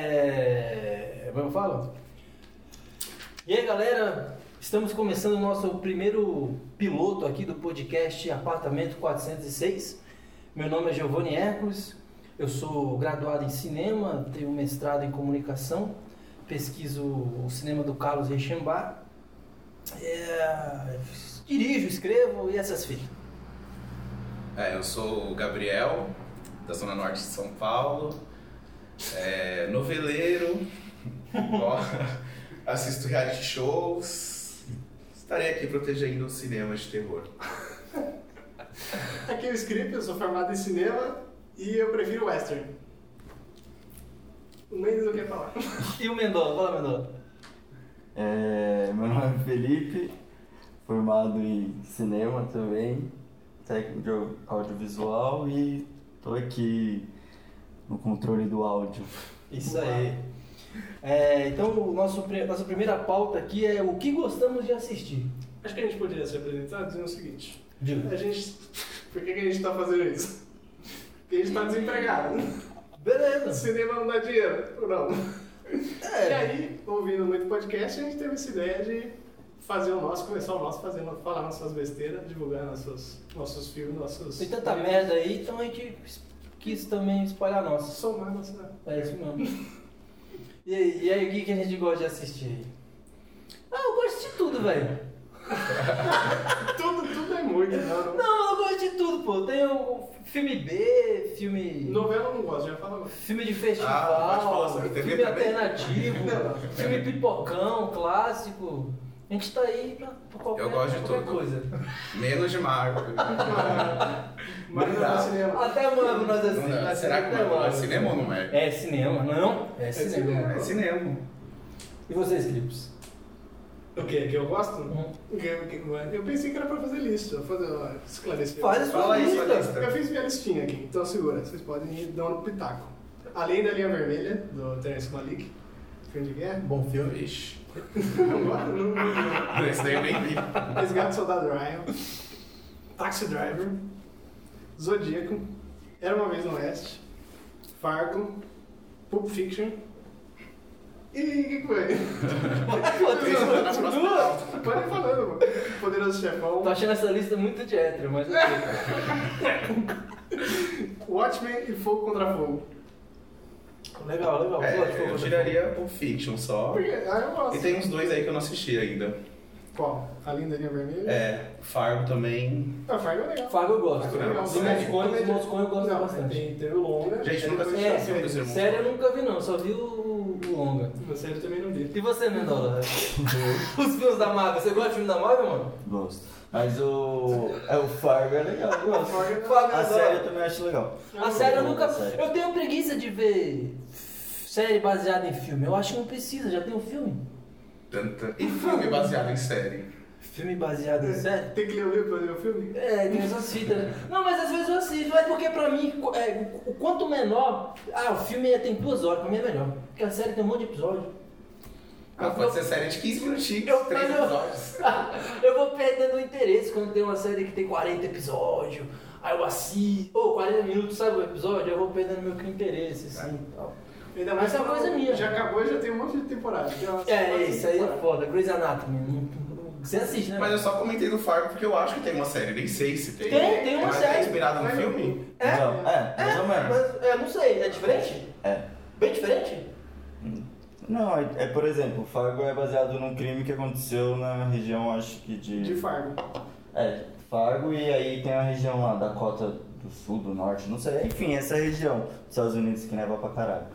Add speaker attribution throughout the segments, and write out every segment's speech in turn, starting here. Speaker 1: É... Como eu falo? E aí, galera? Estamos começando o nosso primeiro piloto aqui do podcast Apartamento 406. Meu nome é Giovanni Hércules, eu sou graduado em cinema, tenho um mestrado em comunicação, pesquiso o cinema do Carlos Reichenbach, é... dirijo, escrevo e essas fitas.
Speaker 2: É, eu sou o Gabriel, da Zona Norte de São Paulo, é, noveleiro, ó, assisto reality shows, estarei aqui protegendo o cinema de terror.
Speaker 3: Aqui é o Script, eu sou formado em cinema e eu prefiro western. O Mendes não quer falar.
Speaker 1: E o Mendola? Fala, Mendola.
Speaker 4: É, meu nome é Felipe, formado em cinema também, técnico de au- audiovisual e tô aqui no controle do áudio.
Speaker 1: Isso aí. É, então, o nosso, pri- nossa primeira pauta aqui é o que gostamos de assistir.
Speaker 3: Acho que a gente poderia se apresentar dizendo é o seguinte:
Speaker 1: Digo.
Speaker 3: a gente. Por que, que a gente tá fazendo isso? Porque a gente tá desempregado. O
Speaker 1: Beleza.
Speaker 3: cinema não dá dinheiro, ou não? E
Speaker 1: É,
Speaker 3: aí, ouvindo muito podcast, a gente teve essa ideia de fazer o nosso, começar o nosso, fazendo, falar nossas besteiras, divulgar nossos, nossos filmes, nossos.
Speaker 1: tem tanta merda aí, então a gente quis também espalhar a nossa.
Speaker 3: Somar nossa.
Speaker 1: É isso mesmo. E, aí- e aí, o que, que a gente gosta de assistir? Ah, eu gosto de tudo, velho.
Speaker 3: Tudo, tudo é muito, não. não.
Speaker 1: Não, eu gosto de tudo, pô. Tem o filme B, filme.
Speaker 3: Novela eu não gosto, já fala agora.
Speaker 1: Filme de festival,
Speaker 2: Ah, pode falar sobre TV
Speaker 1: filme
Speaker 2: também?
Speaker 1: alternativo, filme pipocão, clássico. A gente tá aí pra, pra qualquer,
Speaker 2: Eu gosto de
Speaker 1: qualquer
Speaker 2: tudo.
Speaker 1: coisa.
Speaker 2: Menos de Marvel.
Speaker 3: Ah, Mas não
Speaker 2: dá.
Speaker 3: dá cinema.
Speaker 1: Até mano, nós
Speaker 2: Não
Speaker 1: assim.
Speaker 2: dá.
Speaker 1: nós
Speaker 2: Será que
Speaker 1: até
Speaker 2: Marvel é
Speaker 1: mano.
Speaker 2: cinema ou não é?
Speaker 1: É cinema, não? É, cinema.
Speaker 3: cinema.
Speaker 2: É cinema.
Speaker 1: E vocês, Clips?
Speaker 3: O que? Que eu gosto? Que- que- Eu pensei que era pra fazer lista, pra fazer ó, esclarecer.
Speaker 1: Faz a sua
Speaker 2: Fala aí, sua
Speaker 1: lista.
Speaker 2: lista.
Speaker 3: Eu fiz minha listinha aqui, então segura, vocês podem ir dar um pitaco. Além da linha vermelha, do Terence Malik, filme de guerra.
Speaker 1: Bom filme.
Speaker 2: Vixe.
Speaker 3: Não gosto, não- não- não.
Speaker 2: Esse daí eu nem vi.
Speaker 3: Resgate do Soldado Ryan, Taxi Driver, Zodíaco, Era Uma Vez no Oeste, Fargo, Pulp Fiction e o que que foi?
Speaker 2: Esse tá na próxima pauta.
Speaker 3: Pode ir falando, mano. Poderoso Chefão,
Speaker 1: Tô achando essa lista muito de hétero, mas ok.
Speaker 3: Watchmen e Fogo Contra Fogo.
Speaker 1: legal, legal. Pô, acho que
Speaker 2: É, eu
Speaker 1: vou-
Speaker 2: tiraria Pulp Fiction só.
Speaker 3: Porque, ah, eu
Speaker 2: E
Speaker 3: gosto.
Speaker 2: tem uns dois aí que eu não assisti ainda.
Speaker 3: Qual? A Linda Linha Vermelha?
Speaker 2: É, Fargo também.
Speaker 3: Ah, Fargo é legal.
Speaker 1: Fago eu gosto.
Speaker 2: Não,
Speaker 1: Os
Speaker 2: sério.
Speaker 1: irmãos Coen- os irmãos Coen eu gosto
Speaker 3: Não,
Speaker 1: bastante.
Speaker 3: Tem, teve o Longa.
Speaker 2: Gente, nunca assisti
Speaker 1: É,
Speaker 2: o filme um dos irmãos.
Speaker 1: Sério, eu nunca vi não, só vi o, o longa.
Speaker 3: Uma série eu também não vi.
Speaker 1: E você, Mendola? Os filmes da Marvel, você gosta de filme da Marvel, mano?
Speaker 4: Gosto. Mas o. É, o Fargo é legal, eu gosto.
Speaker 3: Fargo é legal.
Speaker 1: Fábio
Speaker 4: A
Speaker 1: adora.
Speaker 4: série eu também acho legal.
Speaker 1: A série eu nunca.
Speaker 4: Sério.
Speaker 1: Eu tenho preguiça de ver série baseada em filme. Eu acho que não precisa, já tem um filme.
Speaker 2: Tanta. E filme baseado em série.
Speaker 1: Filme baseado em série?
Speaker 3: Tem que ler o livro pra ver o filme?
Speaker 1: É, tem essas fitas. né? Não, mas às vezes eu assisto, é porque pra mim, co- é, o quanto menor. Ah, o filme tem duas horas, pra mim é melhor. Porque a série tem um monte de episódio.
Speaker 2: Ah, pode ser série de 15
Speaker 1: Eu-
Speaker 2: minutinhos, 3
Speaker 1: mas eu-
Speaker 2: episódios.
Speaker 1: Eu vou perdendo o interesse quando tem uma série que tem 40 episódios, aí eu assisto, ou 40 minutos, sabe o episódio? Eu vou perdendo meu interesse, assim
Speaker 2: É?
Speaker 1: e tal.
Speaker 3: Ainda
Speaker 1: Mas é uma coisa minha.
Speaker 3: Já acabou e já tem um monte de temporada. Tem umas
Speaker 1: É,
Speaker 3: quatro
Speaker 1: isso aí é
Speaker 3: temporadas.
Speaker 1: foda, Grey's Anatomy. não- não- Você assiste, né?
Speaker 2: Mas eu só comentei do Fargo porque eu acho que tem uma série, nem sei se tem.
Speaker 1: Tem, tem uma
Speaker 2: Mas
Speaker 1: série.
Speaker 2: É inspirado no
Speaker 3: Mas não
Speaker 2: filme?
Speaker 3: tem.
Speaker 1: É?
Speaker 4: Não, é, mais ou menos.
Speaker 1: Mas, é, não sei, é diferente?
Speaker 4: É.
Speaker 1: Bem diferente?
Speaker 4: Não, é, é, por exemplo, o Fargo é baseado num crime que aconteceu na região, acho que
Speaker 3: De Fargo.
Speaker 4: É, Fargo e aí tem a região lá, Dakota do Sul, do Norte, não sei, enfim, essa é região dos Estados Unidos que neva pra caralho.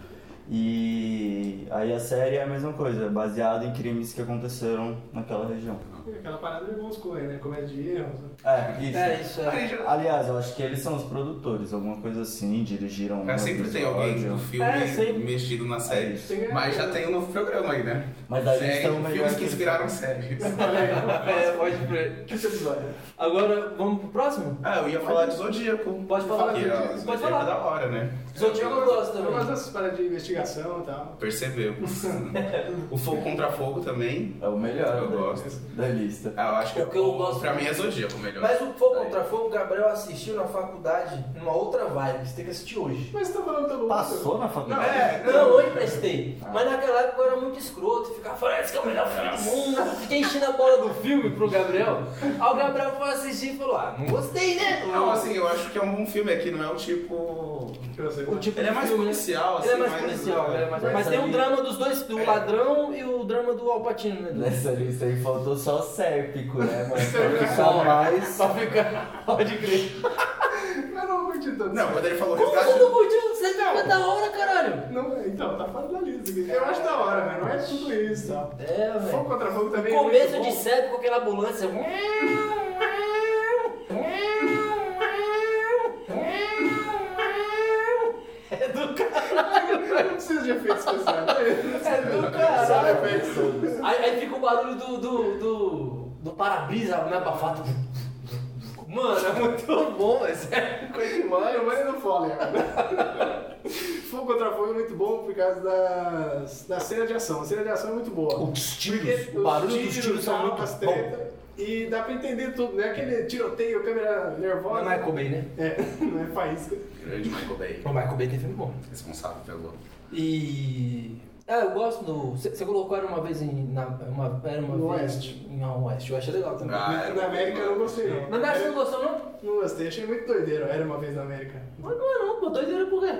Speaker 4: E aí a série é a mesma coisa, é baseada em crimes que aconteceram naquela região.
Speaker 3: Aquela parada de bons coisas, né? Comédia de erros. né?
Speaker 4: É, isso.
Speaker 1: É, isso é.
Speaker 4: Aliás, eu acho que eles são os produtores, alguma coisa assim, dirigiram um
Speaker 2: Mas É, sempre tem alguém do
Speaker 4: episódio.
Speaker 2: filme
Speaker 1: É, sempre. É,
Speaker 2: mexido na série.
Speaker 3: Tem a-
Speaker 2: Mas já tem um novo programa aí, né?
Speaker 4: Mas daí
Speaker 2: Série,
Speaker 4: estão melhor
Speaker 2: filmes que
Speaker 4: que-
Speaker 2: inspiraram séries.
Speaker 1: É, pode crer.
Speaker 3: Que episódio?
Speaker 1: Agora, vamos pro próximo?
Speaker 2: ah, eu ia falar de Zodíaco.
Speaker 1: Pode falar.
Speaker 2: Que é,
Speaker 1: Pode
Speaker 2: Zodíaco é
Speaker 1: falar.
Speaker 2: da hora, né?
Speaker 1: Zodíaco eu gosto
Speaker 3: Eu gosto
Speaker 1: também.
Speaker 3: dessas paradas de investigação e tal.
Speaker 2: Percebeu. o Fogo Contra Fogo também.
Speaker 4: É o melhor.
Speaker 2: Eu
Speaker 4: né?
Speaker 2: gosto.
Speaker 4: Daí lista.
Speaker 2: Ah, eu acho que
Speaker 1: O que eu
Speaker 2: o-
Speaker 1: gosto
Speaker 2: pra mim é
Speaker 1: muito.
Speaker 2: Zodíaco o melhor.
Speaker 1: Mas o Fogo
Speaker 2: Aí.
Speaker 1: Contra Fogo, o Gabriel assistiu na faculdade, numa outra vibe. Você tem que assistir hoje.
Speaker 3: Mas você tá falando pelo
Speaker 4: Passou na faculdade?
Speaker 2: é,
Speaker 1: Não, eu emprestei. Mas naquela época eu era muito escroto. Ficava falando, esse que é o melhor filme do mundo. Fiquei enchendo a bola do filme pro Gabriel. Aí o Gabriel foi assistir e falou, ah, não gostei, né?
Speaker 2: Não, assim, eu acho que é um bom filme aqui, não é um tipo.
Speaker 3: Que você...
Speaker 1: O tipo
Speaker 2: Ele é
Speaker 1: de
Speaker 2: mais
Speaker 1: filme, né?
Speaker 2: policial, assim.
Speaker 1: Ele é mais policial, É. ele é mais-
Speaker 4: Mas
Speaker 1: Mas tem um
Speaker 4: ali-
Speaker 1: drama dos dois, do ladrão e o drama do Alpatino, né? Do-
Speaker 4: Nessa lista aí faltou só Sérpico, né, mano? Pra
Speaker 3: Sérpico.
Speaker 4: ficar mais.
Speaker 1: Só fica. Pode crer.
Speaker 3: Eu não curti tanto.
Speaker 2: Não, quando ele falou tá
Speaker 1: Como
Speaker 2: resgate.
Speaker 1: você não curtiu? Você é da hora, caralho.
Speaker 3: Não, então, tá fora da lista. aqui. Eu acho da hora, mas não é tudo isso. Tá?
Speaker 1: É,
Speaker 3: Fogo
Speaker 1: velho.
Speaker 3: contra fogo
Speaker 1: No
Speaker 3: também. é
Speaker 1: começo
Speaker 3: muito
Speaker 1: de
Speaker 3: bom.
Speaker 1: série com aquela ambulância. É do caralho,
Speaker 3: Eu não preciso de efeitos especiais.
Speaker 1: é do
Speaker 3: Só
Speaker 1: caralho.
Speaker 3: efeitos.
Speaker 1: Aí, aí fica o barulho do. do. do, do para-brisa né, abafado. Mano, é muito bom, é sério. Coisa demais.
Speaker 3: Mano, mas não fole agora. Fogo contra fogo é muito bom por causa das, da cena de ação. A cena de ação é muito boa.
Speaker 1: Os
Speaker 3: Porque
Speaker 1: tiros, o barulho dos tiros são muito
Speaker 3: as
Speaker 1: bom.
Speaker 3: treta. E dá pra entender tudo, né? Aquele tiroteio, câmera
Speaker 1: Não
Speaker 3: nervosa.
Speaker 1: é Michael Bay, né?
Speaker 3: É, não é faísca.
Speaker 2: Grande Michael Bay,
Speaker 1: O Michael Bay tem filme bom.
Speaker 2: responsável pelo.
Speaker 1: E. Ah, eu gosto do. Você colocou era uma vez em. Na, uma, era uma
Speaker 3: No
Speaker 1: vez
Speaker 3: Oeste.
Speaker 1: Em um Oeste. O Oeste é legal também.
Speaker 2: Ah,
Speaker 3: na,
Speaker 2: era
Speaker 3: na América eu não gostei, não.
Speaker 1: Mas acho que você não gostou, não?
Speaker 3: Não gostei, achei muito doideiro. Era uma vez na América.
Speaker 1: Mas não é não, pô. Doideira por quê?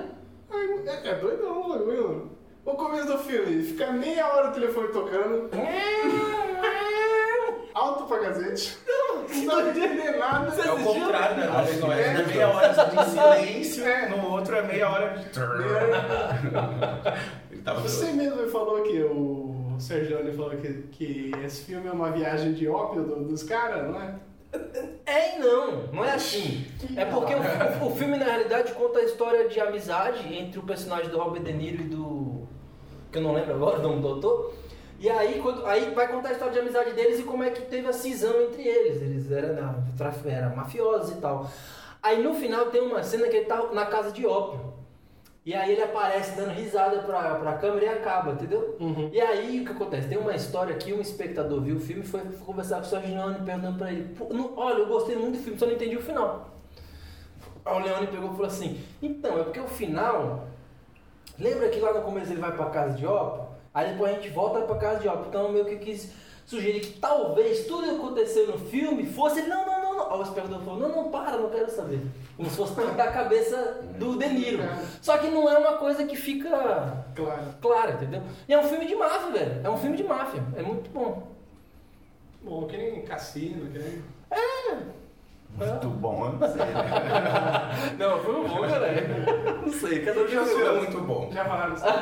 Speaker 3: Ai, É, é doidão o bagulho, mano. O começo do filme, fica meia hora o telefone tocando. Alto pra cacete. Não dá pra entender nada.
Speaker 1: Você
Speaker 2: É o
Speaker 1: assistiu?
Speaker 2: contrário, né?
Speaker 4: Acho
Speaker 2: No
Speaker 4: que
Speaker 2: é
Speaker 4: é.
Speaker 2: meia hora de silêncio, no outro é meia hora de. Ele tava
Speaker 3: Você mesmo me falou que o Sergio ele falou que, que esse filme é uma viagem de ópio do- dos caras, não é?
Speaker 1: É e não. Não é assim. É porque o, o filme, na realidade, conta a história de amizade entre o personagem do Robert De Niro e do. que eu não lembro agora o nome do doutor. E aí, quando, aí vai contar a história de amizade deles e como é que teve a cisão entre eles. Eles eram, na, traf- eram mafiosos e tal. Aí no final tem uma cena que ele tá na casa de ópio. E aí ele aparece dando risada pra, pra câmera e acaba, entendeu? E aí o que acontece? Tem uma história que um espectador viu o filme e foi conversar com o Sérgio Leone perguntando pra ele, "Pô, não- olha, eu gostei muito do filme, só não entendi o final. Aí o Leone pegou e falou assim, então, é porque o final. Lembra que lá no começo ele vai pra casa de ópio? Aí depois a gente volta pra casa de ópio. Então eu meio que quis sugerir que talvez tudo que aconteceu no filme fosse. ele, Não, não, não, não. Aí o espectador falou, não, não, para, não quero saber. Como se fosse da cabeça do De Niro. Só que não é uma coisa que fica
Speaker 3: Claro.
Speaker 1: Claro, entendeu? E é um filme de máfia, velho. É um filme de máfia. É muito bom.
Speaker 3: Bom, que nem cassino, que nem.
Speaker 4: Muito bom, né?
Speaker 1: Não, foi um bom, galera. Não sei, cada um
Speaker 2: O filme é muito bom.
Speaker 3: Já falaram os seus?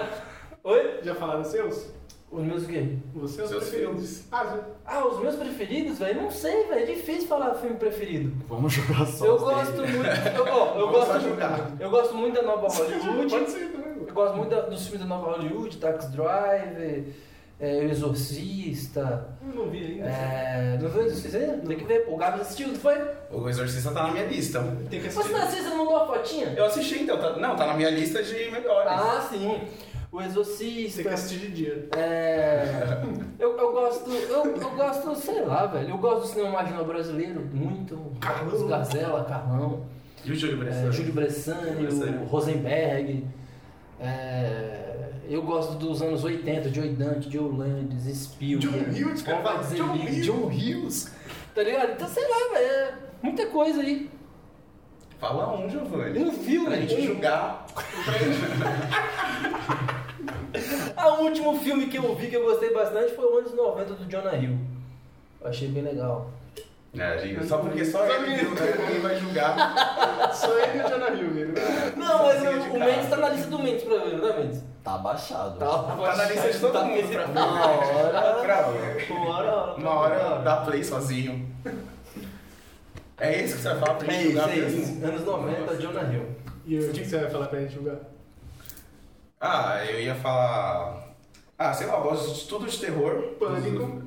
Speaker 1: Oi?
Speaker 3: Já falaram os seus?
Speaker 1: Os meus o quê?
Speaker 3: Os seus,
Speaker 2: Seus
Speaker 3: preferidos. Ah, sim.
Speaker 1: Ah, os meus preferidos, velho? Não sei, velho. É difícil falar filme preferido.
Speaker 4: Vamos jogar só.
Speaker 1: eu
Speaker 4: os
Speaker 1: gosto
Speaker 4: dele.
Speaker 1: muito. Eu, ó, eu
Speaker 2: Vamos
Speaker 1: gosto
Speaker 2: só
Speaker 1: muito.
Speaker 2: jogar.
Speaker 1: Eu gosto muito da nova Hollywood.
Speaker 3: Pode ser também.
Speaker 1: Eu gosto muito da- dos filmes da nova Hollywood, Tax Drive, é, O Exorcista.
Speaker 3: Eu não vi ainda.
Speaker 1: É, não viu o Exorcista ainda? Tem que ver, pô. O Gabs assistiu, não foi?
Speaker 2: O Exorcista tá na minha lista.
Speaker 3: Tem que assistir.
Speaker 1: Você não assistiu, você não mandou a fotinha?
Speaker 2: Eu assisti, então. tá- Não, tá na minha lista de melhores.
Speaker 1: Ah, sim. O
Speaker 3: Tem que
Speaker 1: Exorcista.
Speaker 3: assistir de dia.
Speaker 1: É. Eu, eu gosto. Eu, eu gosto, sei lá, velho. Eu gosto do cinema marginal brasileiro muito. Carlos né? Gazela, Carlão.
Speaker 2: E o Júlio
Speaker 1: É,
Speaker 2: Bressan?
Speaker 1: Júlio Bressani, o
Speaker 2: Bressani.
Speaker 1: Rosenberg. É, eu gosto dos anos 80, de Oidante, de Holandes, Spielberg.
Speaker 2: John Hughes, cara.
Speaker 1: Robert
Speaker 2: John
Speaker 1: Zemeckis,
Speaker 2: Hughes.
Speaker 1: John Hughes. Tá ligado? Então, sei lá, velho. é Muita coisa aí.
Speaker 2: Fala um, Giovanni.
Speaker 1: Um filme,
Speaker 2: Pra gente
Speaker 1: um-
Speaker 2: julgar.
Speaker 1: Ah, o último filme que eu vi que eu gostei bastante foi o Anos 90 do Jonah Hill. Eu achei bem legal.
Speaker 2: É, gente, só porque só
Speaker 3: Só
Speaker 2: ele
Speaker 3: que-
Speaker 2: viu, né? Ninguém vai julgar.
Speaker 3: Só ele e o Jonah Hill, né? viu?
Speaker 1: Não, mas
Speaker 2: Sozinho é de
Speaker 1: o, o
Speaker 2: casa.
Speaker 1: Mendes tá na lista do Mendes pra ver, não é, Mendes?
Speaker 4: Tá baixado.
Speaker 2: Tá na lista de todo
Speaker 1: Tá
Speaker 2: mundo. Pra...
Speaker 1: visitando.
Speaker 2: pra
Speaker 1: Uma hora,
Speaker 2: Uma hora dá play sozinho. É isso que você vai falar pra
Speaker 1: É
Speaker 2: gente
Speaker 1: isso,
Speaker 2: julgar
Speaker 1: é isso.
Speaker 2: mesmo?
Speaker 1: Anos 90, Jonah Hill.
Speaker 3: E o que você vai falar pra gente julgar?
Speaker 2: Ah, eu ia falar. Ah, sei lá, eu gosto de tudo de terror.
Speaker 3: Pânico.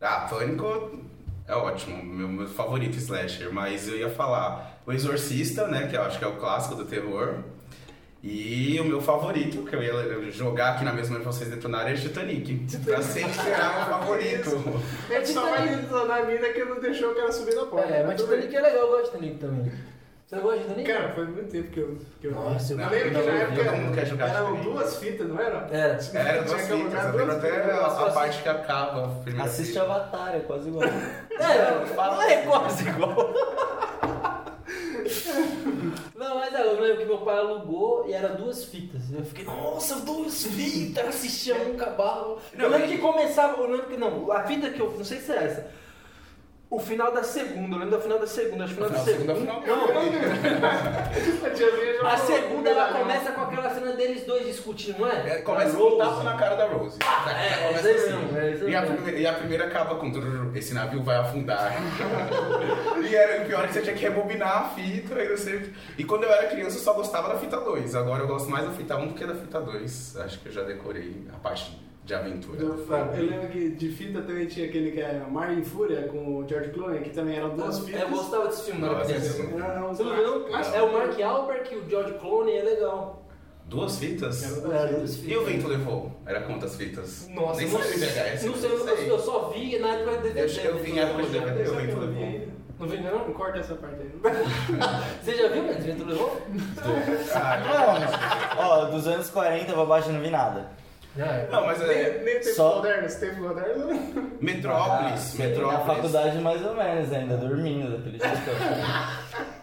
Speaker 2: Ah, Pânico é ótimo, meu, meu favorito slasher, mas eu ia falar O Exorcista, né, que eu acho que é o clássico do terror. E o meu favorito, que eu ia jogar aqui na mesma de vocês detonaram, é o Titanic. Pra sempre será meu favorito.
Speaker 3: A gente só vai
Speaker 1: Titanic.
Speaker 3: detonar a mina que não deixou o cara subir na porta. né?
Speaker 1: É, mas
Speaker 3: tudo bem.
Speaker 1: Titanic é legal, eu gosto de Titanic também. Você gosta de Titanic?
Speaker 3: Cara, faz muito tempo que eu. Que eu
Speaker 1: Nossa, eu
Speaker 3: eu
Speaker 1: não,
Speaker 3: lembro que
Speaker 1: não,
Speaker 3: na
Speaker 1: não,
Speaker 3: época
Speaker 2: todo mundo quer jogar
Speaker 3: eram
Speaker 2: Titanic.
Speaker 3: duas fitas, não era?
Speaker 1: Era.
Speaker 2: Era duas
Speaker 3: Tinha que
Speaker 2: fitas,
Speaker 3: alugar
Speaker 2: eu lembro
Speaker 3: duas
Speaker 2: até
Speaker 3: fitas.
Speaker 2: a parte que acaba. a primeira
Speaker 4: Assiste
Speaker 2: fita.
Speaker 4: Avatar, é quase igual.
Speaker 1: É, não é quase igual. Não, mas é, eu lembro que meu pai alugou e era duas fitas. Eu fiquei, nossa, duas fitas, assistia um cabalo. eu
Speaker 2: Não,
Speaker 1: lembro
Speaker 2: e-
Speaker 1: que começava, eu lembro que não, a fita que eu, não sei se é essa. O final da segunda, eu lembro da final da segunda, acho que o final
Speaker 2: Não,
Speaker 1: da
Speaker 2: a segunda
Speaker 1: segunda.
Speaker 2: final.
Speaker 3: A tiazinha já
Speaker 1: A
Speaker 3: falou,
Speaker 1: segunda ela
Speaker 3: "Cuidado,
Speaker 1: começa com aquela cena deles dois discutindo, não é?
Speaker 2: É, Começa
Speaker 1: Da
Speaker 2: com um
Speaker 1: Rose.
Speaker 2: tapa na cara da Rose.
Speaker 1: Ah, é,
Speaker 2: Já
Speaker 1: é
Speaker 2: começa
Speaker 1: isso aí mesmo, é isso aí
Speaker 2: E a,
Speaker 1: mesmo.
Speaker 2: primeira, e a primeira acaba com "Trrr, esse navio vai afundar. e era o pior é que você tinha que rebobinar a fita e não sei o quê. E quando eu era criança eu só gostava da fita 2. Agora eu gosto mais da fita 1 do que da fita 2. Acho que eu já decorei a parte de aventura.
Speaker 3: Eu eu lembro que de fita também tinha aquele que é Marvin Fúria com o George Clooney, que também eram duas fitas.
Speaker 1: Eu gostava desse filme, não era
Speaker 2: Nossa,
Speaker 1: criança.
Speaker 2: esse filme.
Speaker 3: Era um
Speaker 1: Você não viu? não?
Speaker 3: clássico.
Speaker 1: É o Mark Albert e o George Clooney, é legal.
Speaker 2: Duas fitas?
Speaker 3: Era duas
Speaker 1: Era
Speaker 3: fitas.
Speaker 1: duas fitas.
Speaker 2: E o vento levou? Era quantas fitas?
Speaker 1: Nossa,
Speaker 2: Nem
Speaker 1: não
Speaker 2: sei se
Speaker 1: sei.
Speaker 2: VHS,
Speaker 1: Não sei, eu,
Speaker 2: não sei.
Speaker 1: eu só vi na época de DVD.
Speaker 2: Eu acho que eu vi na época de DVD.
Speaker 3: Sabe
Speaker 2: Eu lembro
Speaker 3: que
Speaker 2: do
Speaker 3: eu vi
Speaker 2: bom.
Speaker 3: aí?
Speaker 1: Não vi, não?
Speaker 3: Não corta essa parte aí.
Speaker 1: Você já viu o Vento Levou?
Speaker 2: Ah,
Speaker 4: Não, ó, dos anos 40 pra baixo eu não vi nada.
Speaker 1: É.
Speaker 2: Não, mas
Speaker 3: Nem,
Speaker 2: é.
Speaker 3: nem tempos
Speaker 4: Só-
Speaker 3: modernos, tempos modernos.
Speaker 4: Ah,
Speaker 2: Metrópolis,
Speaker 4: sim, Na
Speaker 2: Metrópolis.
Speaker 4: faculdade mais ou menos ainda, dormindo daquele jeito.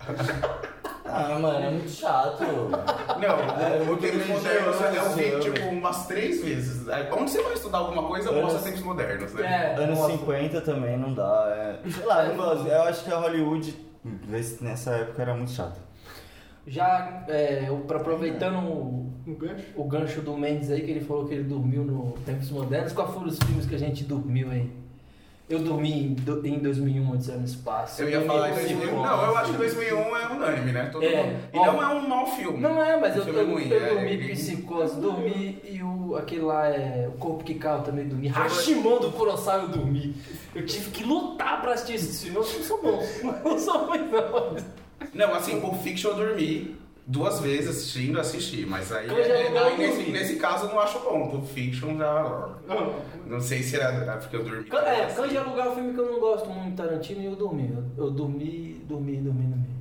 Speaker 4: ah, mano, é muito chato. É,
Speaker 2: Não, o
Speaker 4: muito
Speaker 2: tempo moderno
Speaker 4: religioso,
Speaker 2: eu vi
Speaker 4: assim, eu-
Speaker 2: tipo umas três vezes. Aí, Onde você vai estudar alguma coisa,
Speaker 4: Eu
Speaker 2: mostra
Speaker 4: não-
Speaker 2: tempos modernos,
Speaker 1: É.
Speaker 2: né?
Speaker 4: Anos
Speaker 1: nossa.
Speaker 4: 50 também não dá, é. Sei lá, eu não gosto. Eu acho que a Hollywood nesse- nessa época era muito chata.
Speaker 1: Já é, o- pra- aproveitando o,
Speaker 3: Um gancho.
Speaker 1: o gancho do Mendes aí, que ele falou que ele dormiu no Tempos Modernos, qual foram os filmes que a gente dormiu aí? Eu dormi em, do, em 2001, Odisseia no Espaço.
Speaker 2: Eu ia
Speaker 1: dormi
Speaker 2: falar
Speaker 1: em
Speaker 2: em 2001.
Speaker 1: Cosmos.
Speaker 2: Não, eu acho que 2001 é unânime, né? Todo
Speaker 1: É.
Speaker 2: mundo. E
Speaker 1: Ó.
Speaker 2: não é um mau filme.
Speaker 1: Não é, mas
Speaker 2: Um
Speaker 1: eu,
Speaker 2: filme
Speaker 1: eu,
Speaker 2: ruim,
Speaker 1: eu
Speaker 2: é,
Speaker 1: dormi
Speaker 2: ele-
Speaker 1: Psicose, dormi e o, aquele lá é. O Corpo que Cala também dormi. Rashimon do Kurosawa eu dormi. Eu tive que lutar pra assistir esses filmes. Eu não sou bom. Não sou ruim, não.
Speaker 2: Não, assim, Pulp Fiction eu dormi duas vezes assistindo, assisti. Mas aí,
Speaker 1: Eu já
Speaker 2: é-
Speaker 1: não
Speaker 2: aí
Speaker 1: dormi.
Speaker 2: nesse, nesse caso eu não acho bom. Pulp Fiction já.
Speaker 3: Não.
Speaker 2: Não sei se era porque eu dormi.
Speaker 1: Can- É, Canja Alugar é um filme que eu não gosto muito, Tarantino, e eu dormi. Eu, eu dormi, dormi, dormi, dormi.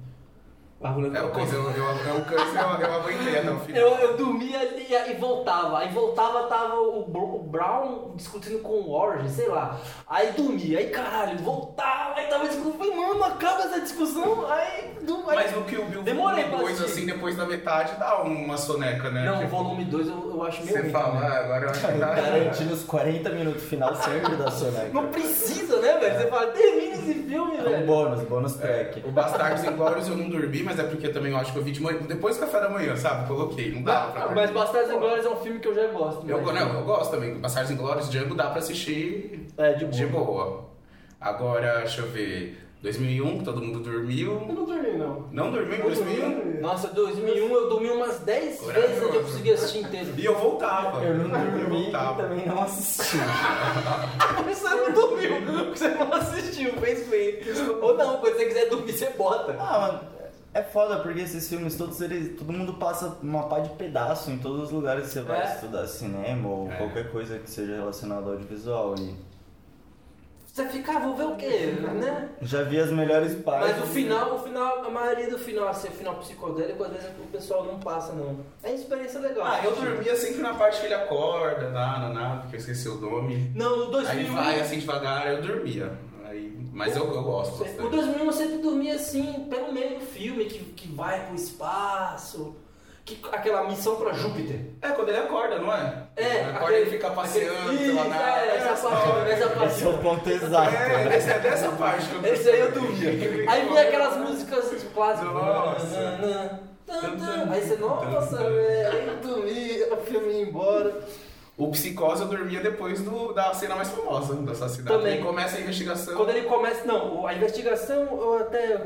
Speaker 1: Bagulho
Speaker 2: É o câncer, eu, eu, é o câncer eu, eu aguentei até o final.
Speaker 1: Eu, eu dormia ali e voltava. Aí voltava, tava o, Bro- o Brown discutindo com o Orange, sei lá. Aí dormia, aí caralho, voltava, aí tava discutindo. Falei, mano, acaba essa discussão. Aí. Do, aí...
Speaker 2: Mas o que o Bill
Speaker 1: Demorei pra
Speaker 2: depois,
Speaker 1: assistir.
Speaker 2: assim, depois da metade dá uma soneca, né?
Speaker 1: Não, o
Speaker 2: Tipo,
Speaker 1: volume 2 eu, eu acho meio.
Speaker 2: Você
Speaker 1: ruim
Speaker 2: fala,
Speaker 1: também.
Speaker 2: "Ah, agora eu acho que tá.
Speaker 4: Garantindo os 40 minutos final sempre da
Speaker 1: Não
Speaker 4: soneca.
Speaker 1: precisa, né, velho? Você fala, termina esse filme,
Speaker 4: É um
Speaker 1: velho.
Speaker 4: bônus, bônus track.
Speaker 2: O Bastardos Inglórios eu não dormi, mas é porque também eu acho que eu vi de manhã. Depois do café da manhã, sabe? Coloquei, não dá pra
Speaker 1: Mas Bastardos Inglórios é um filme que eu já gosto.
Speaker 2: tá, Eu,
Speaker 1: mas-
Speaker 2: não, eu gosto também. Bastardos Inglórios, Django dá pra assistir
Speaker 1: É, de boa.
Speaker 2: de boa. Agora, deixa eu ver. 2001, que todo mundo
Speaker 3: Eu
Speaker 2: dormiu.
Speaker 3: não dormi, não.
Speaker 2: Não dormiu em
Speaker 3: Eu dormi,
Speaker 2: 2001?
Speaker 3: não.
Speaker 1: Nossa, 2001 eu dormi umas 10
Speaker 2: Corajoso.
Speaker 1: vezes antes de eu conseguir assistir inteiro.
Speaker 2: E eu voltava.
Speaker 4: Eu não dormi e
Speaker 2: voltava.
Speaker 4: também não assisti.
Speaker 1: Você não dormiu, porque você não assistiu, fez bem. Ou não, quando você quiser dormir, você bota.
Speaker 4: Ah, mano, é foda porque esses filmes todos eles. Todo mundo passa uma pá de pedaço em todos os lugares que você vai
Speaker 1: É.
Speaker 4: estudar cinema ou
Speaker 2: É.
Speaker 4: qualquer coisa que seja relacionada ao audiovisual. E
Speaker 1: Você fica, ah, vou ver o quê, né?
Speaker 4: já vi as melhores partes.
Speaker 1: Mas o final, o final, a maioria do final, assim, o final psicodélico, às vezes o pessoal não passa, não. É uma experiência legal.
Speaker 2: Ah, eu dormia sempre na parte que ele acorda, na, na, na, porque eu esqueci o nome.
Speaker 1: Não, no
Speaker 2: Aí
Speaker 1: 2001...
Speaker 2: vai assim devagar, eu dormia. Aí, mas eu, eu gosto
Speaker 1: O
Speaker 2: bastante.
Speaker 1: 2001 eu sempre dormia assim, pelo meio do filme, que, que vai pro espaço, que, aquela missão pra Júpiter.
Speaker 2: É, quando ele acorda, não é?
Speaker 1: É,
Speaker 2: Ele acorda e
Speaker 1: aquele-
Speaker 2: ele fica passeando
Speaker 1: aquele-
Speaker 2: pela
Speaker 1: Isso,
Speaker 2: nave.
Speaker 1: é, essa parte, essa parte.
Speaker 4: Esse é o ponto exato.
Speaker 2: É,
Speaker 4: né?
Speaker 2: esse é dessa parte que eu
Speaker 1: Esse aí eu dormia. Aí vinha aquelas músicas tipo, clássicas.
Speaker 2: Nossa.
Speaker 1: Tan, tan. Aí você, nossa, velho, aí eu dormi, o filme ia
Speaker 2: então.
Speaker 1: embora.
Speaker 2: O Psicose eu dormia depois do, da cena mais famosa do assassinato.
Speaker 1: Também.
Speaker 2: Aí começa a investigação.
Speaker 1: Quando ele começa, não, a investigação eu até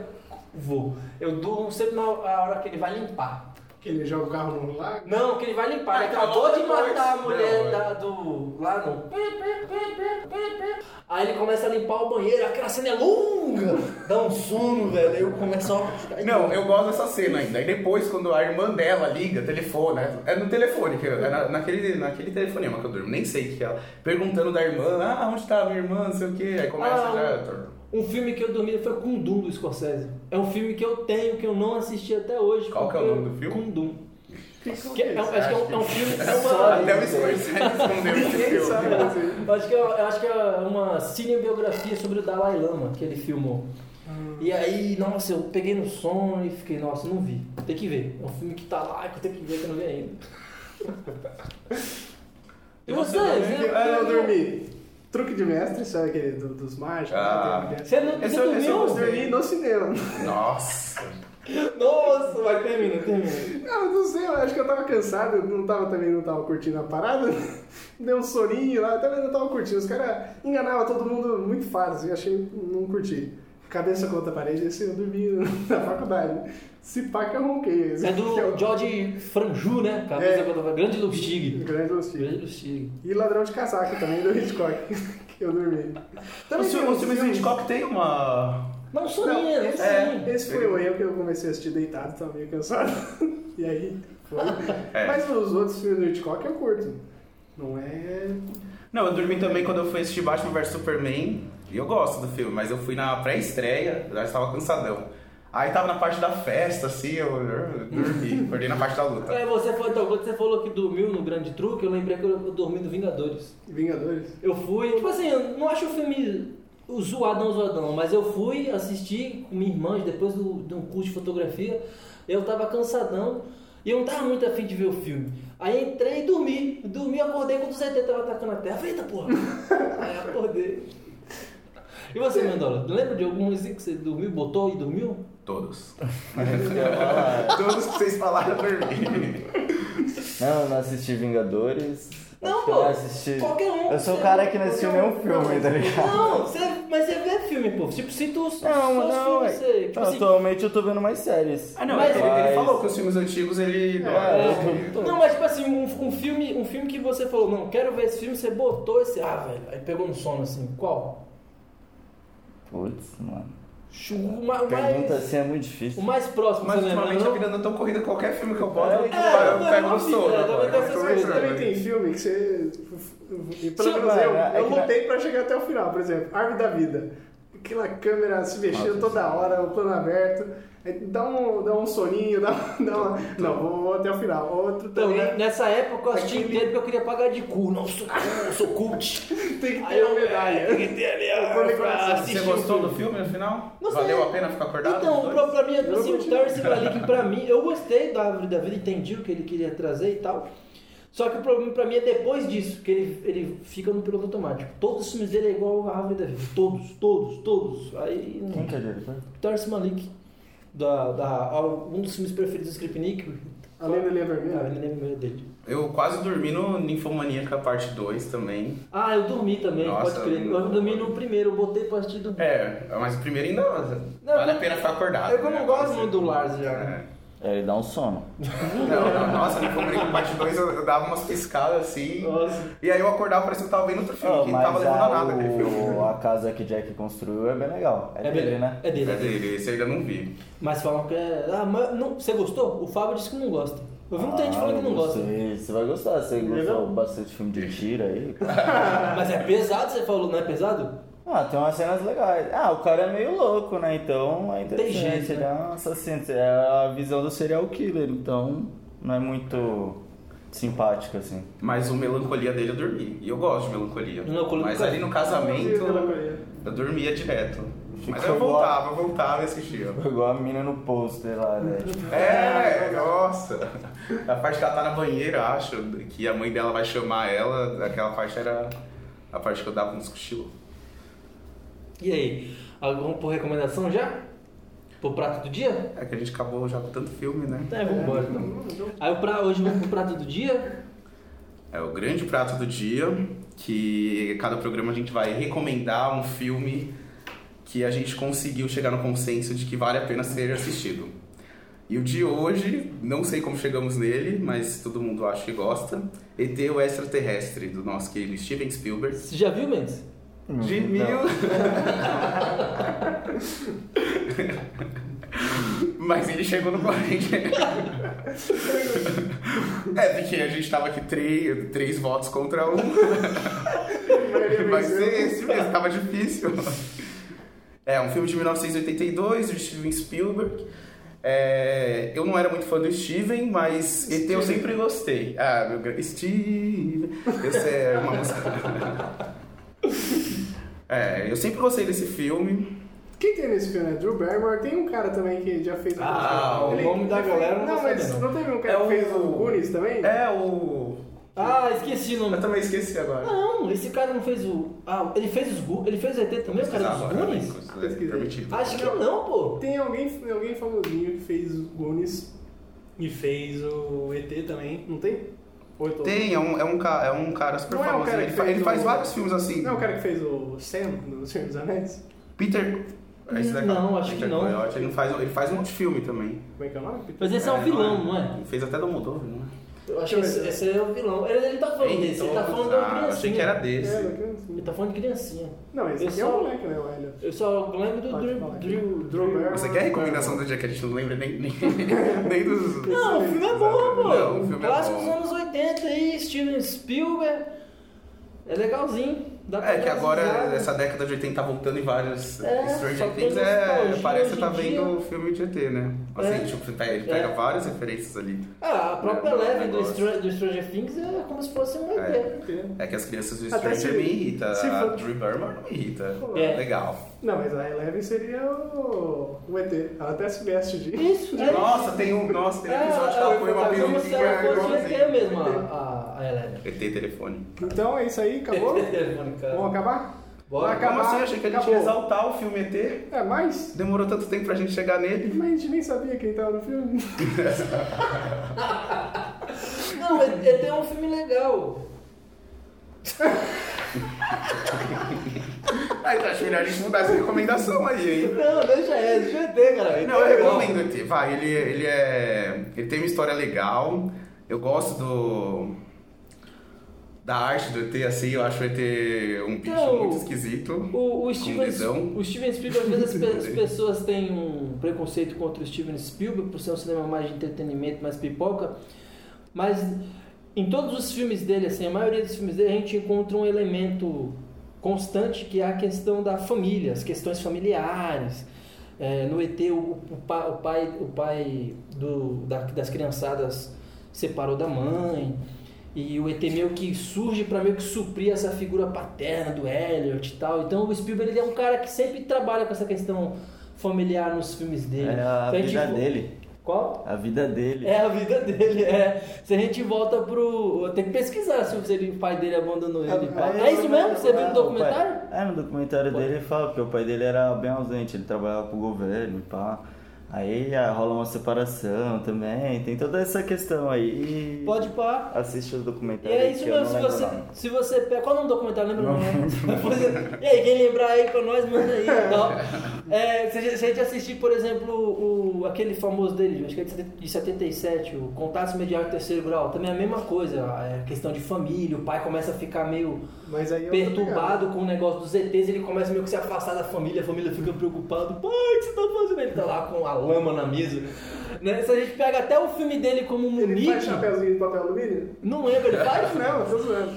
Speaker 1: vou. Eu durmo sempre na hora que ele vai limpar.
Speaker 3: Que ele joga o carro no lago.
Speaker 1: Não, que ele vai limpar.
Speaker 2: Ah,
Speaker 1: ele
Speaker 2: então
Speaker 1: acabou de
Speaker 2: depois.
Speaker 1: matar a mulher
Speaker 2: Não, é.
Speaker 1: da- do. lá no. Aí ele começa a limpar o banheiro, aquela cena é longa. Dá um sono, velho. Aí eu começo a.
Speaker 2: Não, eu gosto dessa cena ainda. E depois, quando a irmã dela liga, telefona, é no telefone, que eu- é na, naquele, naquele telefonema que eu durmo, nem sei o que ela. Perguntando da irmã, ah, onde tá a minha irmã, não sei o que. Aí começa
Speaker 1: Ah,
Speaker 2: já.
Speaker 1: Um filme que eu dormi foi Kundum do Scorsese. É um filme que eu tenho, que eu não assisti até hoje.
Speaker 2: Qual que é o
Speaker 1: porque-
Speaker 2: nome do filme?
Speaker 1: Kundum. Que é, acho que é um, é um filme. É
Speaker 4: Só
Speaker 1: uma,
Speaker 2: Até o Scorsese respondeu esse
Speaker 3: Ninguém sabe
Speaker 2: filme.
Speaker 3: fazer.
Speaker 1: Eu acho, que é, eu acho que é uma cinebiografia sobre o Dalai Lama que ele filmou. E aí, nossa, eu peguei no sono e fiquei, nossa, não vi. Tem que ver. É um filme que tá lá, que eu tenho que ver, que eu não vi ainda. E você? Você,
Speaker 3: Ah, eu dormi. Truque de mestre, sabe aquele do- dos mágicos?
Speaker 2: Ah.
Speaker 3: né?
Speaker 1: você não você
Speaker 2: Esse eu- esse é eu
Speaker 1: dormiu?
Speaker 3: Eu dormi no cinema.
Speaker 2: Nossa.
Speaker 1: Nossa, vai, termina, termina.
Speaker 3: Ah, eu não sei, eu acho que eu tava cansado, eu não tava também, não tava curtindo a parada. Deu um soninho lá, também não tava curtindo. Os caras enganavam todo mundo muito fácil, eu achei, não curti. Cabeça contra a parede, assim, eu dormi na faculdade. Se pá que eu ronquei. assim,
Speaker 1: É
Speaker 3: que eu-
Speaker 1: do George Franju, né? Cabeça
Speaker 3: É.
Speaker 1: quando- Grande Lustig.
Speaker 3: Grande Lustig.
Speaker 1: Grande Lustig.
Speaker 3: E Ladrão de Casaca também, do Hitchcock, que eu dormi.
Speaker 2: O filme, o
Speaker 3: Também tem
Speaker 2: filme
Speaker 3: uns filmes-
Speaker 2: Hitchcock tem uma.
Speaker 1: Não,
Speaker 3: Não,
Speaker 1: soninha, não,
Speaker 3: esse, é.
Speaker 1: soninha.
Speaker 3: esse foi o erro que eu comecei a assistir deitado, tava meio cansado. E aí, foi.
Speaker 2: É.
Speaker 3: Mas os outros filmes do Hitchcock eu curto. Não é.
Speaker 2: Não, eu dormi também quando eu fui assistir Batman vs Superman. E eu gosto do filme, mas eu fui na pré-estreia, eu já estava cansadão. Aí tava na parte da festa, assim, eu, eu dormi. Acordei na parte da luta.
Speaker 1: É, você foi, então, quando você falou que dormiu no Grande Truque, eu lembrei que eu dormi no Vingadores.
Speaker 3: Vingadores.
Speaker 1: Eu fui, tipo assim, eu não acho o filme o zoadão, zoadão, mas eu fui assistir com minha irmã, depois do, de um curso de fotografia, eu tava cansadão e eu não tava muito afim de ver o filme. Aí entrei e dormi, dormi, acordei quando o ZT tava atacando a terra, falei, eita porra, aí acordei. E você, Mendola, lembra de algum assim que você dormiu, botou e dormiu?
Speaker 2: Todos.
Speaker 4: Eu ia falar.
Speaker 2: Todos que vocês falaram, eu dormi.
Speaker 4: Não, eu não assisti Vingadores.
Speaker 1: Não,
Speaker 4: Acho que
Speaker 1: pô,
Speaker 4: eu assisti-
Speaker 1: qualquer um.
Speaker 4: Eu sou o
Speaker 1: Você-
Speaker 4: cara que não assistiu
Speaker 3: qualquer um.
Speaker 4: nenhum filme, tá ligado?
Speaker 1: Não, você, mas você vê filme, pô. Tipo, se tu
Speaker 4: Não,
Speaker 1: só os
Speaker 4: não,
Speaker 1: filmes, você,
Speaker 4: é.
Speaker 1: tipo assim,
Speaker 4: Atualmente eu tô vendo mais séries.
Speaker 2: Ah, não,
Speaker 1: Mas-
Speaker 2: ele, ele falou que os filmes antigos ele.
Speaker 4: É,
Speaker 1: Não, mas tipo assim, um, um filme, um filme que você falou, não, quero ver esse filme, você botou esse. Ah, velho, aí pegou no sono assim, qual?
Speaker 4: Putz, mano.
Speaker 1: Chu- O ma- o
Speaker 4: Pergunta
Speaker 1: mais,
Speaker 4: assim é muito difícil.
Speaker 1: o mais próximo,
Speaker 2: Mas
Speaker 1: você lembra?
Speaker 2: ultimamente a
Speaker 1: Não?
Speaker 2: vida anda tão corrida, qualquer filme que eu boto, eu, eu,
Speaker 4: É,
Speaker 1: eu
Speaker 2: pego
Speaker 1: não
Speaker 2: no
Speaker 1: vi,
Speaker 2: sono.
Speaker 1: eu
Speaker 2: agora.
Speaker 1: também tô essas
Speaker 3: Mas
Speaker 1: coisas,
Speaker 3: também
Speaker 1: né?
Speaker 3: tem filme que você. E pelo
Speaker 1: Sim,
Speaker 3: menos eu,
Speaker 4: mano, é
Speaker 3: eu
Speaker 4: que-
Speaker 3: lutei pra chegar até o final, por exemplo, Árvore da Vida. Aquela câmera se mexendo
Speaker 4: Nossa,
Speaker 3: toda hora, o plano aberto. Aí Dá um, dá um soninho, dá, dá uma. Não, vou, vou até o final.
Speaker 2: é
Speaker 3: Outro
Speaker 1: Então,
Speaker 3: também.
Speaker 1: né, nessa época eu assisti
Speaker 3: Aquele-
Speaker 1: inteiro porque eu queria pagar de cu. Não, sou, eu sou cult.
Speaker 3: Tem que
Speaker 1: Aí
Speaker 3: ter um
Speaker 1: eu
Speaker 3: uma
Speaker 2: um-
Speaker 3: medalha.
Speaker 1: Tem que ter ali a-
Speaker 3: Vou lembrar
Speaker 1: pra
Speaker 3: disso.
Speaker 1: assistir
Speaker 2: Você
Speaker 1: o
Speaker 2: gostou
Speaker 1: um filme.
Speaker 2: do filme, afinal?
Speaker 1: Não sei.
Speaker 2: Valeu a pena ficar acordado?
Speaker 1: Então,
Speaker 2: os
Speaker 1: o
Speaker 2: dois?
Speaker 1: pro- pra mim,
Speaker 3: Eu
Speaker 1: assim, o
Speaker 3: continuo.
Speaker 1: Terence Malik, pra mim, eu gostei da Árvore da Vida, entendi o que ele queria trazer e tal. Só que o problema pra mim é depois disso, que ele, ele fica no piloto automático. Todos os filmes dele é igual a Árvore da Vida. Todos, todos, todos. Aí.
Speaker 4: Quem que é o diretor?
Speaker 1: Terence Malik. Da, da, um dos filmes preferidos do Skripnik.
Speaker 3: Além da Linha Vermelha?
Speaker 1: Ah, ele lembra dele.
Speaker 2: Eu quase dormi no Ninfomaníaca parte 2 também.
Speaker 1: Ah, eu dormi também,
Speaker 2: Nossa,
Speaker 1: pode crer.
Speaker 2: não-
Speaker 1: Eu dormi no primeiro, eu botei partido.
Speaker 2: É, mas o primeiro ainda
Speaker 1: Não,
Speaker 2: vale a
Speaker 1: eu-
Speaker 2: pena ficar acordado.
Speaker 1: eu como
Speaker 2: né?
Speaker 1: gosto
Speaker 2: Você-
Speaker 1: muito do Lars já.
Speaker 2: É.
Speaker 4: É, ele dá um sono.
Speaker 2: Não, não, nossa, Ninfomaníaca parte 2 eu, eu dava umas piscadas assim.
Speaker 1: Nossa. Oh,
Speaker 2: E aí eu acordava, parecia que eu tava vendo outro filme,
Speaker 4: Ah,
Speaker 2: que não tava
Speaker 4: mas
Speaker 2: levando a
Speaker 4: a,
Speaker 2: nada aquele filme.
Speaker 4: o, a casa que Jack construiu é bem legal. É, dele,
Speaker 1: dele,
Speaker 4: né?
Speaker 1: É dele.
Speaker 2: É dele, esse eu ainda não vi.
Speaker 1: Mas falam que é. Ah, mas não, você gostou? O Fábio disse que não gosta. Eu vi muita gente
Speaker 4: Ah,
Speaker 1: falando que
Speaker 4: eu
Speaker 1: não gosta.
Speaker 4: gostei. Você vai gostar, você
Speaker 2: é
Speaker 3: Legal.
Speaker 4: gostou bastante de filme de tiro aí.
Speaker 1: Mas é pesado, você falou, não é pesado?
Speaker 4: Ah, tem umas cenas legais. Ah, o cara é meio louco, né? Então é interessante.
Speaker 1: jeito,
Speaker 4: ele
Speaker 1: né?
Speaker 4: é um assassino. É a visão do serial killer, então não é muito simpático assim.
Speaker 2: Mas o melancolia dele eu dormi. E eu gosto de melancolia.
Speaker 1: Melancolia
Speaker 2: Mas
Speaker 1: do
Speaker 2: ali no
Speaker 3: Eu não
Speaker 2: casamento
Speaker 3: vi Melancolia.
Speaker 2: eu dormia direto. Mas
Speaker 4: Ficou
Speaker 2: eu voltava, eu voltava e assistia.
Speaker 4: Igual a mina no pôster lá, né?
Speaker 2: É, nossa. A parte que ela tá na banheira, eu acho, que a mãe dela vai chamar ela, aquela parte era a parte que eu dava uns cochilos.
Speaker 1: E aí? Algum por recomendação já? Pro prato do dia?
Speaker 2: É que a gente acabou já com tanto filme, né?
Speaker 1: Tá, vamos embora então. Aí o pra, hoje vamos pro prato do dia?
Speaker 2: É o grande prato do dia, que cada programa a gente vai recomendar um filme que a gente conseguiu chegar no consenso de que vale a pena ser assistido. E o de hoje, não sei como chegamos nele, mas todo mundo acha que gosta. ET, o extraterrestre, do nosso querido Steven Spielberg.
Speaker 1: Você já viu, Mendes?
Speaker 2: De
Speaker 4: Então,
Speaker 2: mil. Mas ele chegou no Corinthians. é, porque a gente tava aqui três, três votos contra um. Vai ser esse mesmo, tava difícil. É, um filme de 1982, de Steven Spielberg. É, eu não era muito fã do Steven, mas ET eu sempre gostei. Ah, meu gra- Steven. Essa é uma música. É, eu sempre gostei desse filme.
Speaker 3: Quem tem nesse filme? É Drew Barrymore. Tem um cara também que já fez...
Speaker 1: Ah,
Speaker 3: outro
Speaker 1: o
Speaker 3: filme.
Speaker 1: nome da galera eu não
Speaker 3: Não,
Speaker 1: vou saber,
Speaker 3: mas
Speaker 1: não.
Speaker 3: não teve um
Speaker 2: É
Speaker 3: cara que
Speaker 2: o-
Speaker 3: fez o Goonies também?
Speaker 2: É o.
Speaker 1: Ah, esqueci o nome.
Speaker 2: Eu também esqueci agora.
Speaker 1: Não, esse cara não fez o. Ah, ele fez os Gu... Ele fez o ET também, o cara dos Goonies?
Speaker 2: né, Permitido.
Speaker 1: Acho que não, pô.
Speaker 3: Tem alguém, alguém famosinho que fez o Goonies e fez o ET também, não tem? Ou eu tô-
Speaker 2: Tem, é um, é, um, ca- é um cara super
Speaker 3: Não é o
Speaker 2: famoso.
Speaker 3: cara
Speaker 2: ele,
Speaker 3: que
Speaker 2: fa-
Speaker 3: fez
Speaker 2: ele faz
Speaker 3: o-
Speaker 2: vários filmes assim.
Speaker 1: um
Speaker 3: Não é o cara que fez o Sam do Senhor dos Anéis?
Speaker 2: Peter. é esse daqui.
Speaker 1: Não, acho que
Speaker 2: Peter
Speaker 1: não.
Speaker 2: Coyote, Ele, não faz, ele faz um monte de filme também.
Speaker 3: Como é que é o nome?
Speaker 1: Mas esse é, um
Speaker 2: É,
Speaker 1: vilão, não é?
Speaker 2: Ele fez até Dumbledore, não é?
Speaker 1: Eu acho que esse, esse é o vilão. Ele, ele tá falando desse, ele tá falando da
Speaker 2: ah, achei que
Speaker 1: criancinha.
Speaker 2: era
Speaker 3: É,
Speaker 2: desse.
Speaker 3: da criancinha.
Speaker 1: Ele tá falando de criancinha.
Speaker 3: Não, esse
Speaker 1: Eu
Speaker 3: aqui é
Speaker 1: só-
Speaker 3: o moleque, né, o Elliot?
Speaker 1: Eu só lembro do
Speaker 3: Pode
Speaker 1: Drew.
Speaker 3: falar.
Speaker 1: Drew,
Speaker 3: Drew Barrymore.
Speaker 2: Você quer a recomendação do dia que a gente não lembra nem, nem, nem dos.
Speaker 1: Não, o filme é bom, pô.
Speaker 2: Não, o filme é
Speaker 1: Clássico
Speaker 2: bom.
Speaker 1: dos anos 80 aí, Steven Spielberg. É legalzinho. Dá pra
Speaker 2: É que
Speaker 1: dar umas
Speaker 2: agora
Speaker 1: risadas.
Speaker 2: essa década de 80 tá voltando em várias
Speaker 1: É, só
Speaker 2: Stranger
Speaker 1: tem
Speaker 2: Things, é,
Speaker 1: nostalgia
Speaker 2: parece que tá
Speaker 1: hoje em dia.
Speaker 2: vendo o filme de ET, né? Assim,
Speaker 1: É.
Speaker 2: tipo, pega, ele pega
Speaker 1: É.
Speaker 2: várias referências ali.
Speaker 1: Ah, a própria
Speaker 2: É,
Speaker 1: leve do,
Speaker 2: negócio.
Speaker 1: Stra- do Stranger Things é como se fosse um ET.
Speaker 2: É que as crianças do
Speaker 3: Até
Speaker 2: Stranger
Speaker 3: se-
Speaker 2: me irrita,
Speaker 3: se
Speaker 2: a
Speaker 3: for-
Speaker 2: Drew Barrymore não me irrita.
Speaker 1: É.
Speaker 2: Legal.
Speaker 3: Não, mas a Eleven seria o... o ET. Ela até se veste de...
Speaker 1: Isso, é
Speaker 2: Nossa, tem um, nossa, tem um episódio que ela
Speaker 1: é,
Speaker 2: põe uma assim.
Speaker 1: é como se
Speaker 2: peruquinha
Speaker 1: ela fosse um ET
Speaker 2: igualzinho.
Speaker 1: mesmo, a, a, a Eleven.
Speaker 2: ET telefone.
Speaker 3: Então é isso aí, acabou?
Speaker 1: Telefone, cara.
Speaker 3: Vamos acabar?
Speaker 1: Bora.
Speaker 3: Vai acabar.
Speaker 2: Como assim? Achei que a gente ia
Speaker 3: Acabou.
Speaker 2: exaltar o filme ET.
Speaker 3: É, mais?
Speaker 2: Demorou tanto tempo pra gente chegar nele.
Speaker 3: Mas a gente nem sabia quem tava no filme.
Speaker 1: Não, ET é um filme legal.
Speaker 2: Aí tá, acho melhor a gente mudar essa recomendação aí, hein?
Speaker 1: Não, deixa é, deixa o ET, cara.
Speaker 2: Não, eu recomendo ET. Vai, ele, ele é. Ele tem uma história legal. Eu gosto do. Da arte do ET, assim, eu acho o ET um bicho
Speaker 1: Então,
Speaker 2: muito esquisito.
Speaker 1: O, o,
Speaker 2: dedão.
Speaker 1: Steven, o Steven Spielberg, às vezes as, pe- as pessoas têm um preconceito contra o Steven Spielberg por ser um cinema mais de entretenimento, mais pipoca, mas em todos os filmes dele, assim, a maioria dos filmes dele, a gente encontra um elemento constante que é a questão da família, as questões familiares. É, no ET, o, o pa- o pai, o pai do- da- das criançadas separou da mãe. E o ET meio que surge para meio que suprir essa figura paterna do Elliot e tal. Então o Spielberg ele é um cara que sempre trabalha com essa questão familiar nos filmes dele.
Speaker 4: É a
Speaker 1: Se gente
Speaker 4: vida
Speaker 1: vo-
Speaker 4: dele.
Speaker 1: Qual?
Speaker 4: A vida dele.
Speaker 1: tipo- É a vida dele, é. Se a gente volta pro. Tem que pesquisar se ele- o pai dele abandonou ele.
Speaker 3: Ah,
Speaker 1: pá.
Speaker 3: é
Speaker 1: é isso mesmo? Você viu no
Speaker 4: Ah,
Speaker 1: documentário?
Speaker 4: o pai- É, no documentário dele ele fala, porque o pai dele era bem ausente, ele trabalhava pro governo e pá. Aí ah, rola uma separação também, tem toda essa questão aí. E
Speaker 1: Pode pá.
Speaker 4: Assiste os
Speaker 1: E
Speaker 4: documentários.
Speaker 1: é isso
Speaker 4: que eu
Speaker 1: mesmo, se
Speaker 4: não lembro
Speaker 1: você,
Speaker 4: o nome.
Speaker 1: se você pega. Qual é o nome do documentário? Lembra o nome? Por exemplo, E aí, quem lembrar aí pra nós, manda aí e tal. É, se, a gente- se a gente assistir, por exemplo, o, aquele famoso dele, acho que é de 77, o Contatos Imediatos Terceiro Grau, também é a mesma coisa. É questão de família, o pai começa a ficar meio
Speaker 3: Mas aí eu
Speaker 1: perturbado com o negócio dos ETs, ele começa meio que se afastar da família, a família fica preocupada, pai, o que você tá fazendo? Ele tá lá com a lama na mesa. Né? Se a gente pega até o filme dele como
Speaker 3: Ele
Speaker 1: Munique,
Speaker 3: faz chapéuzinho de papel alumínio?
Speaker 1: não lembra, ele faz?
Speaker 3: Não, eu tô zoando.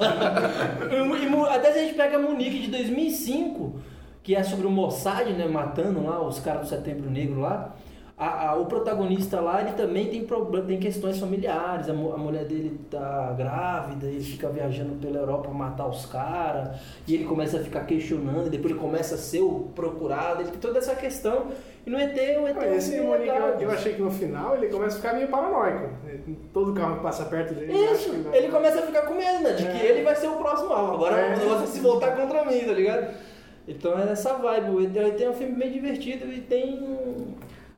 Speaker 1: E Mu- Até se a gente pega Munique de 2005, que é sobre o Mossad, né, matando lá os caras do Setembro Negro lá. a- a- o protagonista lá, ele também tem problema, tem questões familiares. A, mu- a mulher dele tá grávida, ele fica viajando pela Europa pra matar os caras, e ele começa a ficar questionando, e depois ele começa a ser o procurado, ele tem toda essa questão. E no ET, o ET
Speaker 3: Ah,
Speaker 1: é
Speaker 3: Esse
Speaker 1: um
Speaker 3: Monique,
Speaker 1: legal.
Speaker 3: eu, eu achei que no final ele começa a ficar meio paranoico. Né? Todo carro que passa perto dele. ele acha
Speaker 1: Isso,
Speaker 3: que vai-
Speaker 1: ele começa a ficar com medo, né? De que
Speaker 3: É.
Speaker 1: ele vai ser o próximo alvo. Agora
Speaker 3: É.
Speaker 1: o negócio vai se voltar contra mim, tá ligado? Então é nessa vibe. O ET é um filme bem divertido e tem. um-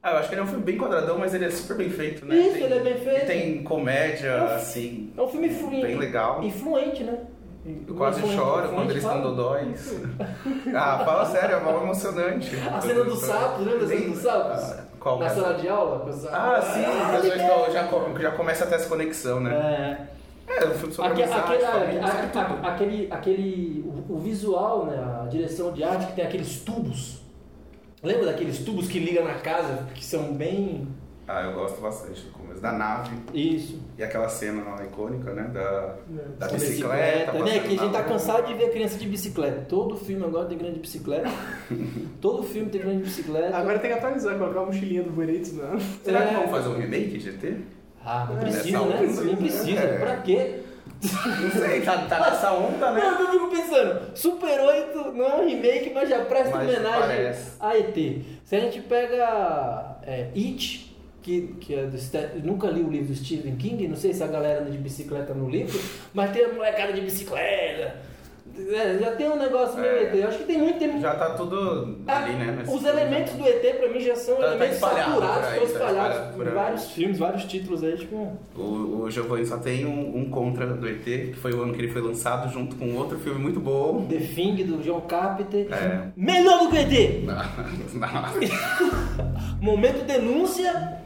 Speaker 2: Ah, eu acho que ele é um filme bem quadradão, mas ele é super bem feito, né?
Speaker 1: Isso, ele é bem feito.
Speaker 2: Tem comédia,
Speaker 1: É um-
Speaker 2: assim,
Speaker 1: É um filme fluente.
Speaker 2: bem legal.
Speaker 1: Influente, né?
Speaker 2: Eu quase choro quando eles estão dodóis. Ah, fala sério, é mal emocionante.
Speaker 1: A cena do sapo, lembra a cena dos sapos?
Speaker 2: Qual
Speaker 1: Na
Speaker 2: que é?
Speaker 1: sala de aula? com os-
Speaker 2: Ah, sim, mas eu já, já, co- já começa até essa conexão, né?
Speaker 1: É.
Speaker 2: É, um filme sobre
Speaker 1: Aque-
Speaker 2: amizade,
Speaker 1: aquele, é,
Speaker 2: família,
Speaker 1: a-
Speaker 2: sobre
Speaker 1: a-
Speaker 2: tudo.
Speaker 1: aquele, aquele- o, o visual, né, a direção de arte que tem aqueles tubos. Lembra daqueles tubos que ligam na casa, que são bem.
Speaker 2: Ah, eu gosto bastante do começo. Da nave
Speaker 1: Isso.
Speaker 2: e aquela cena lá icônica, né? Da, da
Speaker 1: É, Com
Speaker 2: bicicleta.
Speaker 1: né?
Speaker 2: passando
Speaker 1: Que a gente
Speaker 2: na
Speaker 1: tá
Speaker 2: rua.
Speaker 1: cansado de ver criança de bicicleta. Todo filme agora tem grande bicicleta. Todo filme tem grande bicicleta.
Speaker 3: Agora tem que atualizar, colocar a mochilinha do né? Buretti na.
Speaker 2: Será que
Speaker 1: É.
Speaker 2: vamos fazer um remake, GT?
Speaker 1: Ah, não
Speaker 3: É,
Speaker 1: precisa,
Speaker 2: nessa
Speaker 1: né?
Speaker 2: onda,
Speaker 1: Não
Speaker 2: né?
Speaker 1: precisa.
Speaker 2: É.
Speaker 1: Pra quê?
Speaker 2: Não sei, tá, tá nessa onda, né?
Speaker 1: Não, eu fico pensando, Super 8 não é um remake, mas já presta
Speaker 2: Mas
Speaker 1: homenagem
Speaker 2: parece.
Speaker 1: a ET. Se a gente pega é, It, que, que é do Ste- eu nunca li o livro do Stephen King, não sei se a galera anda de bicicleta no livro, mas tem a molecada de bicicleta. É, já tem um negócio meio
Speaker 2: É.
Speaker 1: ET. Eu acho que tem muito tempo.
Speaker 2: Já tá tudo ali, né? nesse
Speaker 1: Ah, Os
Speaker 2: filme.
Speaker 1: elementos do ET pra mim já são
Speaker 2: Tá- tá
Speaker 1: elementos
Speaker 2: espalhado
Speaker 1: saturados,
Speaker 2: por aí,
Speaker 1: estão
Speaker 2: tá
Speaker 1: espalhados
Speaker 2: espalhado por
Speaker 1: em
Speaker 2: aí.
Speaker 1: vários filmes, vários títulos aí, tipo.
Speaker 2: O, o Giovanni só tem um, um contra do ET, que foi o ano que ele foi lançado junto com outro filme muito bom.
Speaker 1: The Thing do John Carpenter.
Speaker 2: É.
Speaker 1: Melhor do que o ET!
Speaker 2: Nossa.
Speaker 1: Momento denúncia.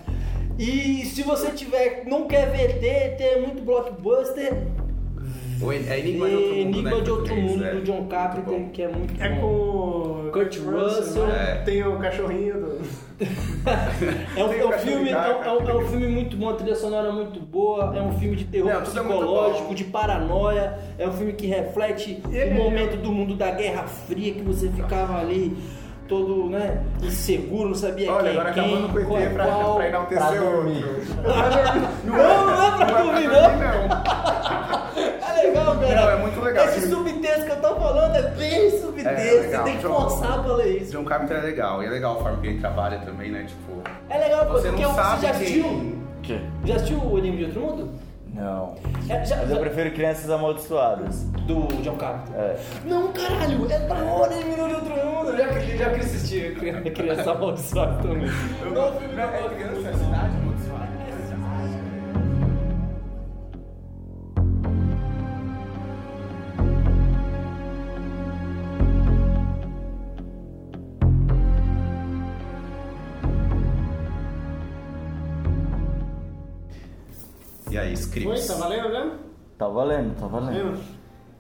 Speaker 1: E se você tiver, não quer ver ET, tem é muito blockbuster.
Speaker 2: O En- é Enigma de Outro Mundo,
Speaker 1: vê Enigma
Speaker 2: né, em
Speaker 1: de Outro
Speaker 2: português,
Speaker 1: Mundo,
Speaker 2: é.
Speaker 1: do John
Speaker 2: Muito
Speaker 1: Carpenter,
Speaker 2: bom.
Speaker 1: que é muito
Speaker 3: É
Speaker 1: bom.
Speaker 3: com o
Speaker 1: Kurt Russell.
Speaker 3: né?
Speaker 2: É.
Speaker 3: Tem o cachorrinho do.
Speaker 1: É um,
Speaker 2: Tem
Speaker 1: é um
Speaker 2: pra
Speaker 1: filme, é
Speaker 2: julgar,
Speaker 1: um, é um- é um filme muito bom, a trilha sonora é muito boa, é um filme de terror
Speaker 2: Não, tudo é muito
Speaker 1: psicológico,
Speaker 2: bom.
Speaker 1: de paranoia, é um filme que reflete o
Speaker 3: Ele-
Speaker 2: é-
Speaker 1: momento do mundo da Guerra Fria, que você ficava ali todo, né, inseguro, não sabia
Speaker 2: Olha,
Speaker 1: quem é
Speaker 2: agora
Speaker 1: quem,
Speaker 2: acabando com o
Speaker 1: qual é
Speaker 2: ET pra,
Speaker 1: qual.
Speaker 2: pra enaltecer
Speaker 4: pra dormir.
Speaker 2: outro.
Speaker 1: Não, não é pra dormir, não.
Speaker 2: não.
Speaker 1: É legal, cara.
Speaker 2: Não, é muito legal.
Speaker 1: Esse
Speaker 2: Esse
Speaker 1: subtexto que eu tô falando é bem
Speaker 2: É,
Speaker 1: subtexto.
Speaker 2: legal.
Speaker 1: tem que
Speaker 2: João-
Speaker 1: forçar pra ler isso.
Speaker 2: John Carpenter é legal, e é legal a forma que ele trabalha também, né? Tipo,
Speaker 1: É legal
Speaker 2: você
Speaker 1: porque
Speaker 2: não sabe
Speaker 1: você já
Speaker 2: quem...
Speaker 1: assistiu. Já assistiu o anime de outro mundo?
Speaker 4: Não.
Speaker 1: É, já-
Speaker 4: Mas eu prefiro crianças amaldiçoadas.
Speaker 1: Do John Carpenter.
Speaker 4: É.
Speaker 1: Não, caralho, é pra hora anime de outro mundo. Eu Já que já que assisti, eu queria- eu queria essa amaldiçoada também. Não, filme
Speaker 2: Não, é criança, é cidade, amaldiçoada. E aí,
Speaker 3: Oi, tá
Speaker 2: scripts?
Speaker 3: valendo, né?
Speaker 4: Tá valendo, tá valendo.
Speaker 3: Lembra?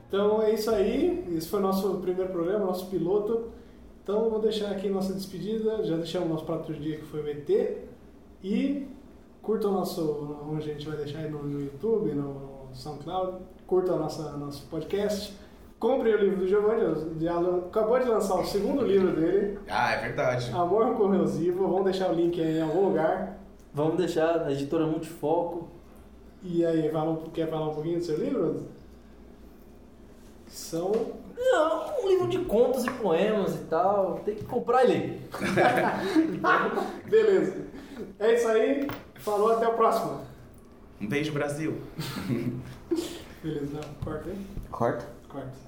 Speaker 3: Então é isso aí. Esse foi o nosso primeiro programa, nosso piloto. Então eu vou deixar aqui nossa despedida. Já deixamos nosso prato do dia que foi o ET. E curtam o nosso. onde a gente vai deixar aí no, no YouTube, no SoundCloud. Curtam o nossa, nosso podcast. Comprem o livro do Giovanni. Já lan- acabou de lançar o segundo livro dele,
Speaker 2: Ah, é verdade.
Speaker 3: Amor Corrosivo. Vamos deixar o link aí em algum lugar.
Speaker 1: Vamos deixar a editora Multifoco.
Speaker 3: E aí, fala- quer falar um pouquinho do seu livro? Que são.
Speaker 1: Não, um livro de contos e poemas e tal. Tem que comprar e ler.
Speaker 3: Beleza. É isso aí. Falou, até o próximo.
Speaker 2: Um beijo, Brasil.
Speaker 3: Beleza, não. Corta aí.
Speaker 4: Corta?
Speaker 3: Corta.